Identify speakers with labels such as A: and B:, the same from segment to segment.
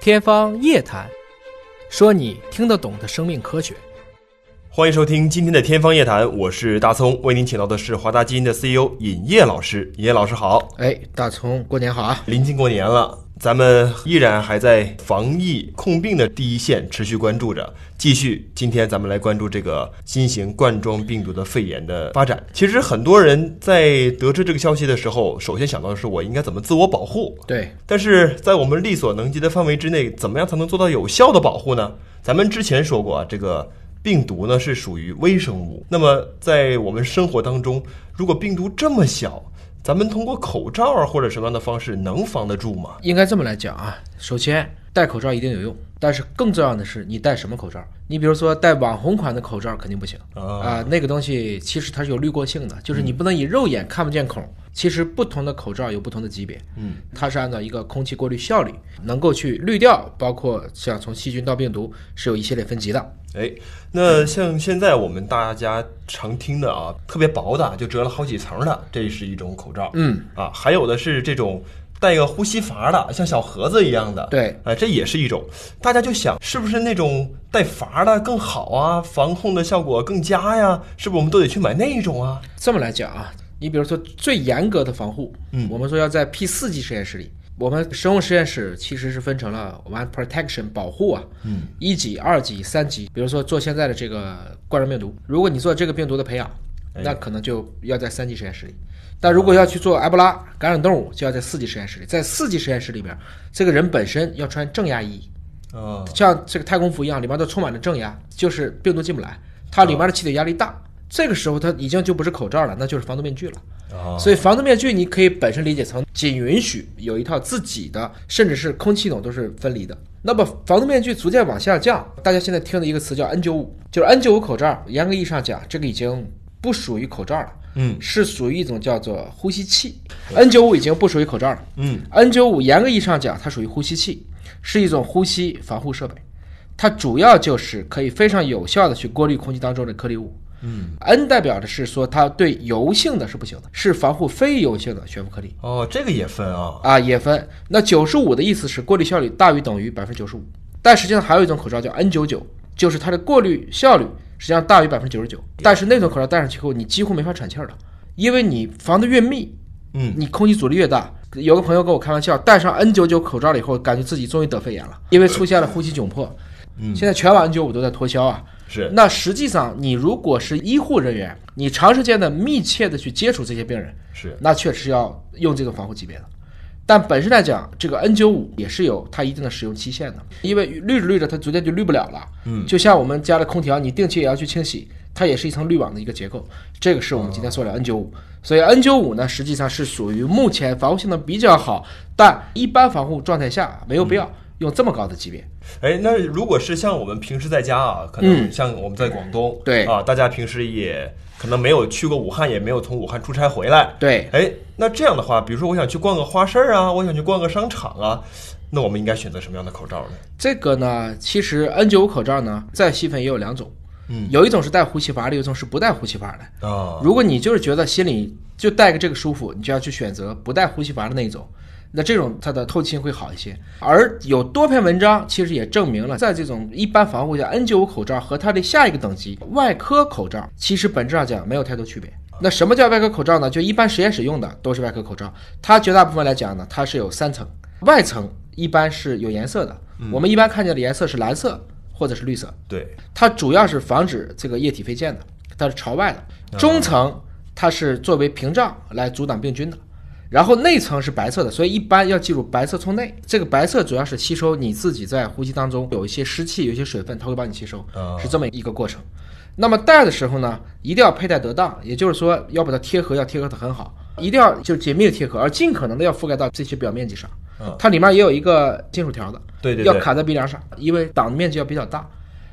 A: 天方夜谭，说你听得懂的生命科学。
B: 欢迎收听今天的《天方夜谭》，我是大葱，为您请到的是华大基因的 CEO 尹烨老师。尹烨老师好，
A: 哎，大葱，过年好啊！
B: 临近过年了，咱们依然还在防疫控病的第一线持续关注着。继续，今天咱们来关注这个新型冠状病毒的肺炎的发展。其实很多人在得知这个消息的时候，首先想到的是我应该怎么自我保护。
A: 对，
B: 但是在我们力所能及的范围之内，怎么样才能做到有效的保护呢？咱们之前说过啊，这个病毒呢是属于微生物。那么在我们生活当中，如果病毒这么小，咱们通过口罩啊或者什么样的方式能防得住吗？
A: 应该这么来讲啊。首先，戴口罩一定有用，但是更重要的是你戴什么口罩。你比如说戴网红款的口罩肯定不行
B: 啊嗯
A: 那个东西其实它是有滤过性的，就是你不能以肉眼看不见孔。其实不同的口罩有不同的级别，
B: 嗯，
A: 它是按照一个空气过滤效率，能够去滤掉，包括像从细菌到病毒是有一系列分级的。
B: 哎，那像现在我们大家常听的啊，特别薄的，就折了好几层的，这是一种口罩。
A: 嗯，
B: 啊，还有的是这种带个呼吸阀的，像小盒子一样的。
A: 对，
B: 哎，这也是一种。大家就想，是不是那种带阀的更好啊？防控的效果更佳呀？是不是我们都得去买那种啊？
A: 这么来讲啊，你比如说最严格的防护，
B: 嗯
A: 我们说要在 P 四级实验室里，我们生物实验室其实是分成了我们按 protection 保护啊，
B: 嗯，
A: 一级、二级、三级。比如说做现在的这个冠状病毒，如果你做这个病毒的培养，
B: 哎
A: 那可能就要在三级实验室里。但如果要去做埃博拉感染动物，就要在四级实验室里。在四级实验室里面，这个人本身要穿正压衣，
B: 啊，
A: 像这个太空服一样，里面都充满了正压，就是病毒进不来，它里面的气体压力大。这个时候它已经就不是口罩了，那就是防毒面具了。
B: 啊，
A: 所以防毒面具你可以本身理解成仅允许有一套自己的，甚至是空气筒都是分离的。那么防毒面具逐渐往下降，大家现在听的一个词叫 N95，就是 N95 口罩。严格意义上讲，这个已经不属于口罩了，
B: 嗯，
A: 是属于一种叫做呼吸器。N95 已经不属于口罩了，
B: 嗯
A: ，N95 严格意义上讲，它属于呼吸器，是一种呼吸防护设备，它主要就是可以非常有效的去过滤空气当中的颗粒物。
B: 嗯，
A: N 代表的是说它对油性的是不行的，是防护非油性的悬浮颗粒
B: 哦，这个也分啊。
A: 啊，也分。那九十五的意思是过滤效率大于等于百分之九十五，但实际上还有一种口罩叫 N 九九，就是它的过滤效率实际上大于百分之九十九，但是那种口罩戴上去后你几乎没法喘气儿了，因为你防得越密，
B: 嗯，
A: 你空气阻力越大。有个朋友跟我开玩笑，戴上 N 九九口罩了以后，感觉自己终于得肺炎了，因为出现了呼吸窘迫。
B: 嗯
A: 现在全网 N 九五都在脱销啊，
B: 是
A: 那实际上，你如果是医护人员，你长时间的密切的去接触这些病人，
B: 是，
A: 那确实要用这种防护级别的。但本身来讲，这个 N95 也是有它一定的使用期限的，因为滤着滤着它逐渐就滤不了了。
B: 嗯，
A: 就像我们家的空调，你定期也要去清洗，它也是一层滤网的一个结构。这个是我们今天说的 N95。所以 N95 呢，实际上是属于目前防护性能比较好，但一般防护状态下没有必
B: 嗯
A: 要用这么高的级别。
B: 哎，那如果是像我们平时在家啊，可能像我们在广东，
A: 嗯对
B: 啊，大家平时也可能没有去过武汉，也没有从武汉出差回来。
A: 对，
B: 哎，那这样的话，比如说我想去逛个花市啊，我想去逛个商场啊，那我们应该选择什么样的口罩呢？
A: 这个呢，其实 N 9 5口罩呢，再细分也有两种，
B: 嗯，
A: 有一种是带呼吸阀的，有一种是不带呼吸阀的。
B: 啊，
A: 如果你就是觉得心里就带个这个舒服，你就要去选择不带呼吸阀的那一种。那这种它的透气性会好一些，而有多篇文章其实也证明了，在这种一般防护下，N95 口罩和它的下一个等级外科口罩，其实本质上讲没有太多区别。那什么叫外科口罩呢？就一般实验室用的都是外科口罩，它绝大部分来讲呢，它是有三层，外层一般是有颜色的，我们一般看见的颜色是蓝色或者是绿色，
B: 对，
A: 它主要是防止这个液体飞溅的，它是朝外的。中层它是作为屏障来阻挡病菌的，然后内层是白色的，所以一般要记住白色冲内。这个白色主要是吸收你自己在呼吸当中有一些湿气、有一些水分，它会帮你吸收，
B: 啊
A: 是这么一个过程。那么戴的时候呢，一定要佩戴得当，也就是说要把它贴合，要贴合的很好，一定要就紧密的贴合，而尽可能的要覆盖到这些表面积上
B: 嗯。
A: 它里面也有一个金属条的，
B: 对对
A: 要
B: 对，
A: 卡在鼻梁上，因为挡的面积要比较大。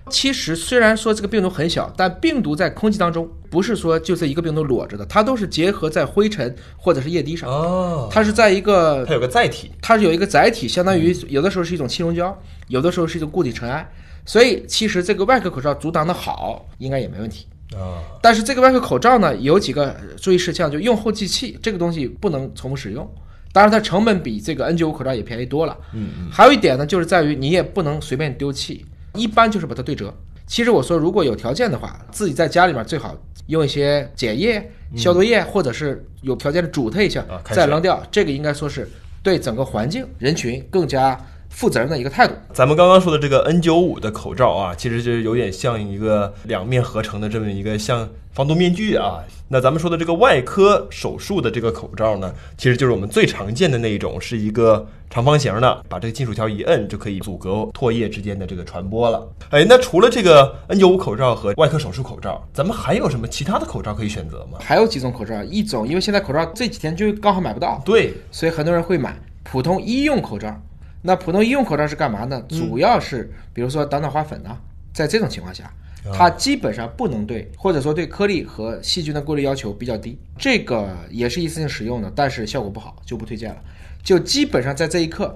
A: 其实虽然说这个病毒很小，但病毒在空气当中不是说就这一个病毒裸着的，它都是结合在灰尘或者是液滴上，
B: 哦，
A: 它是在一个
B: 它有个载体，
A: 它是有一个载体，相当于有的时候是一种气溶胶，有的时候是一种固体尘埃。所以其实这个外科口罩阻挡的好，应该也没问题。
B: 啊，
A: 但是这个外科口罩呢，有几个注意事项，就用后继器这个东西不能重复使用，当然它成本比这个 N95 口罩也便宜多了。
B: 嗯嗯，
A: 还有一点呢，就是在于你也不能随便丢弃，一般就是把它对折。其实我说，如果有条件的话，自己在家里面最好用一些碱液、消毒液，或者是有条件的煮它一下，
B: 嗯啊开
A: 再
B: 水
A: 扔掉。这个应该说是对整个环境、人群更加负责任的一个态度。
B: 咱们刚刚说的这个 N95 的口罩啊，其实就是有点像一个两面合成的这么一个像防毒面具啊。那咱们说的这个外科手术的这个口罩呢，其实就是我们最常见的那一种，是一个长方形的，把这个金属条一摁就可以阻隔唾液之间的这个传播了。哎，那除了这个 N95 口罩和外科手术口罩，咱们还有什么其他的口罩可以选择吗？
A: 还有几种口罩，一种因为现在口罩这几天就刚好买不到，
B: 对，
A: 所以很多人会买普通医用口罩。那普通医用口罩是干嘛呢？主要是比如说挡脑花粉呐、在这种情况下，它基本上不能对，或者说对颗粒和细菌的过滤要求比较低。这个也是一次性使用的，但是效果不好，就不推荐了。就基本上在这一刻，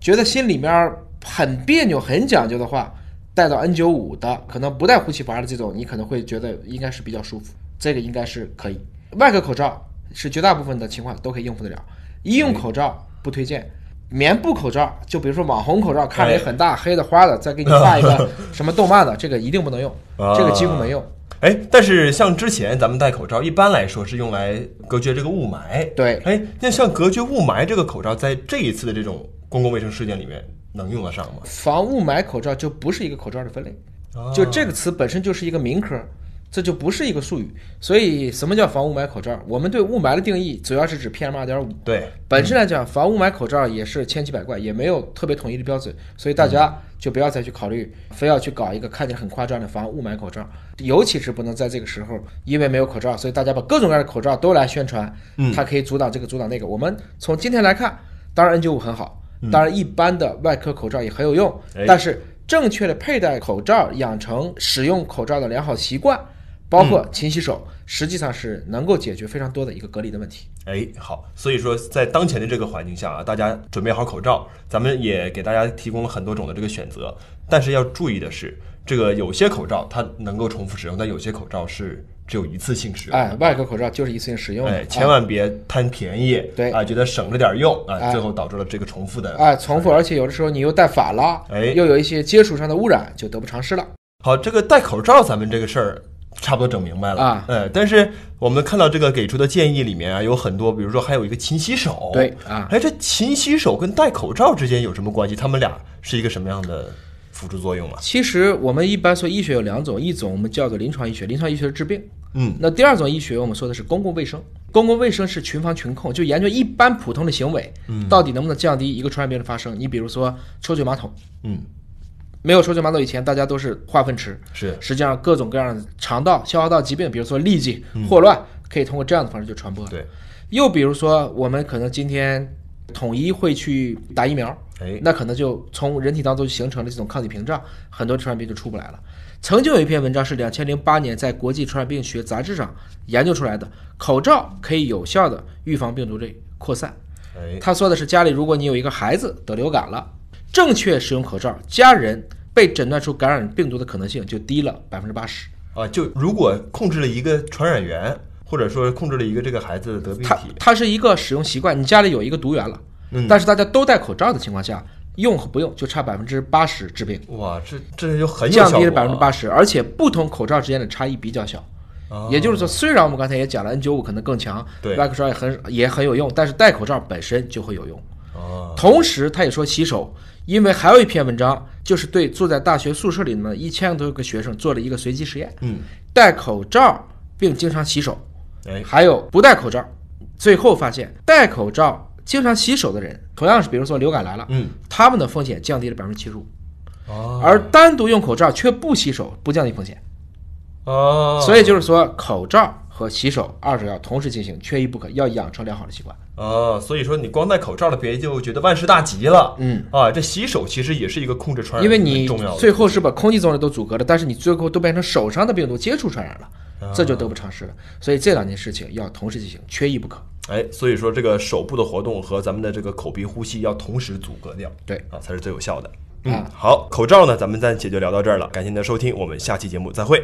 A: 觉得心里面很别扭、很讲究的话，带到 N95 的，可能不带呼气阀的这种，你可能会觉得应该是比较舒服，这个应该是可以。外科口罩是绝大部分的情况都可以应付得了，医用口罩不推荐。棉布口罩，就比如说网红口罩，看着也很大，黑的花的，再给你画一个什么动漫的，这个一定不能用，
B: 啊
A: 这个几乎没用。
B: 哎，但是像之前咱们戴口罩，一般来说是用来隔绝这个雾霾。
A: 对
B: 哎，那像隔绝雾霾这个口罩，在这一次的这种公共卫生事件里面，能用得上吗？
A: 防雾霾口罩就不是一个口罩的分类，
B: 啊
A: 就这个词本身就是一个名科，这就不是一个术语。所以，什么叫防雾霾口罩？我们对雾霾的定义主要是指 PM 二点五。
B: 对，
A: 本身来讲，防雾霾口罩也是千奇百怪，也没有特别统一的标准，所以大家就不要再去考虑，非要去搞一个看起来很夸张的防雾霾口罩，尤其是不能在这个时候，因为没有口罩，所以大家把各种各样的口罩都来宣传，它可以阻挡这个阻挡那个。我们从今天来看，当然 N95 很好，当然一般的外科口罩也很有用，
B: 哎
A: 但是正确的佩戴口罩，养成使用口罩的良好习惯，包括勤洗手，实际上是能够解决非常多的一个隔离的问题。
B: 哎，好，所以说在当前的这个环境下啊，大家准备好口罩，咱们也给大家提供了很多种的这个选择，但是要注意的是，这个有些口罩它能够重复使用，但有些口罩是只有一次性使用。
A: 哎，外科口罩就是一次性使用的，啊
B: 哎，千万别贪便宜，
A: 对
B: 啊，觉得省着点儿用啊，
A: 哎
B: 最后导致了这个重复的
A: 哎，重复，而且有的时候你又戴反了，
B: 哎
A: 又有一些接触上的污染，就得不偿失了。
B: 好，这个戴口罩咱们这个事儿差不多整明白了
A: 啊。
B: 哎，但是我们看到这个给出的建议里面啊，有很多，比如说还有一个勤洗手。
A: 对啊
B: 哎，这勤洗手跟戴口罩之间有什么关系？他们俩是一个什么样的辅助作用啊？
A: 其实我们一般说医学有两种，一种我们叫做临床医学，临床医学是治病；
B: 嗯，
A: 那第二种医学我们说的是公共卫生，公共卫生是群防群控，就研究一般普通的行为，
B: 嗯
A: 到底能不能降低一个传染病的发生。你比如说抽水马桶，
B: 嗯，
A: 没有抽水马桶以前，大家都是化粪池，
B: 是
A: 实际上各种各样的肠道、消化道疾病，比如说痢疾、霍乱，可以通过这样的方式就传播。
B: 嗯对，
A: 又比如说，我们可能今天统一会去打疫苗，
B: 哎，
A: 那可能就从人体当中就形成了这种抗体屏障，很多传染病就出不来了。曾经有一篇文章是两千零八年在国际传染病学杂志上研究出来的，口罩可以有效的预防病毒的扩散。
B: 哎，
A: 他说的是家里如果你有一个孩子得流感了，正确使用口罩，家人被诊断出感染病毒的可能性就低了百分之八十。
B: 啊，就如果控制了一个传染源，或者说控制了一个这个孩子的得病
A: 它
B: 体，
A: 它是一个使用习惯，你家里有一个毒源了，
B: 嗯
A: 但是大家都戴口罩的情况下，用和不用就差百分之八十治病，
B: 哇，这这就很有
A: 降
B: 效
A: 低了
B: 果
A: 百
B: 啊
A: 分之八十，而且不同口罩之间的差异比较小。
B: 啊
A: 也就是说，虽然我们刚才也讲了，N95 可能更强，
B: 对
A: 外口罩也很也很有用，但是戴口罩本身就会有用。
B: 啊，
A: 同时，他也说洗手，因为还有一篇文章就是对住在大学宿舍里呢一千多个学生做了一个随机实验，
B: 嗯，
A: 戴口罩并经常洗手，
B: 哎，
A: 还有不戴口罩，最后发现戴口罩、经常洗手的人，同样是比如说流感来了，
B: 嗯，
A: 他们的风险降低了百分之七十五，
B: 啊
A: 而单独用口罩却不洗手，不降低风险。
B: 啊，
A: 所以就是说，口罩和洗手二者要同时进行，缺一不可，要养成良好的习惯。
B: 啊，所以说你光戴口罩了，别就觉得万事大吉了。
A: 嗯
B: 啊，这洗手其实也是一个控制传染
A: 因为
B: 很
A: 你
B: 重要的。
A: 最后是把空气中的都阻隔了，但是你最后都变成手上的病毒接触传染了，这
B: 啊
A: 就得不偿失了。所以这两件事情要同时进行，缺一不可。
B: 哎，所以说这个手部的活动和咱们的这个口鼻呼吸要同时阻隔掉，
A: 对
B: 啊，才是最有效的。嗯
A: 啊，
B: 好，口罩呢，咱们暂且就聊到这儿了。感谢您的收听，我们下期节目再会。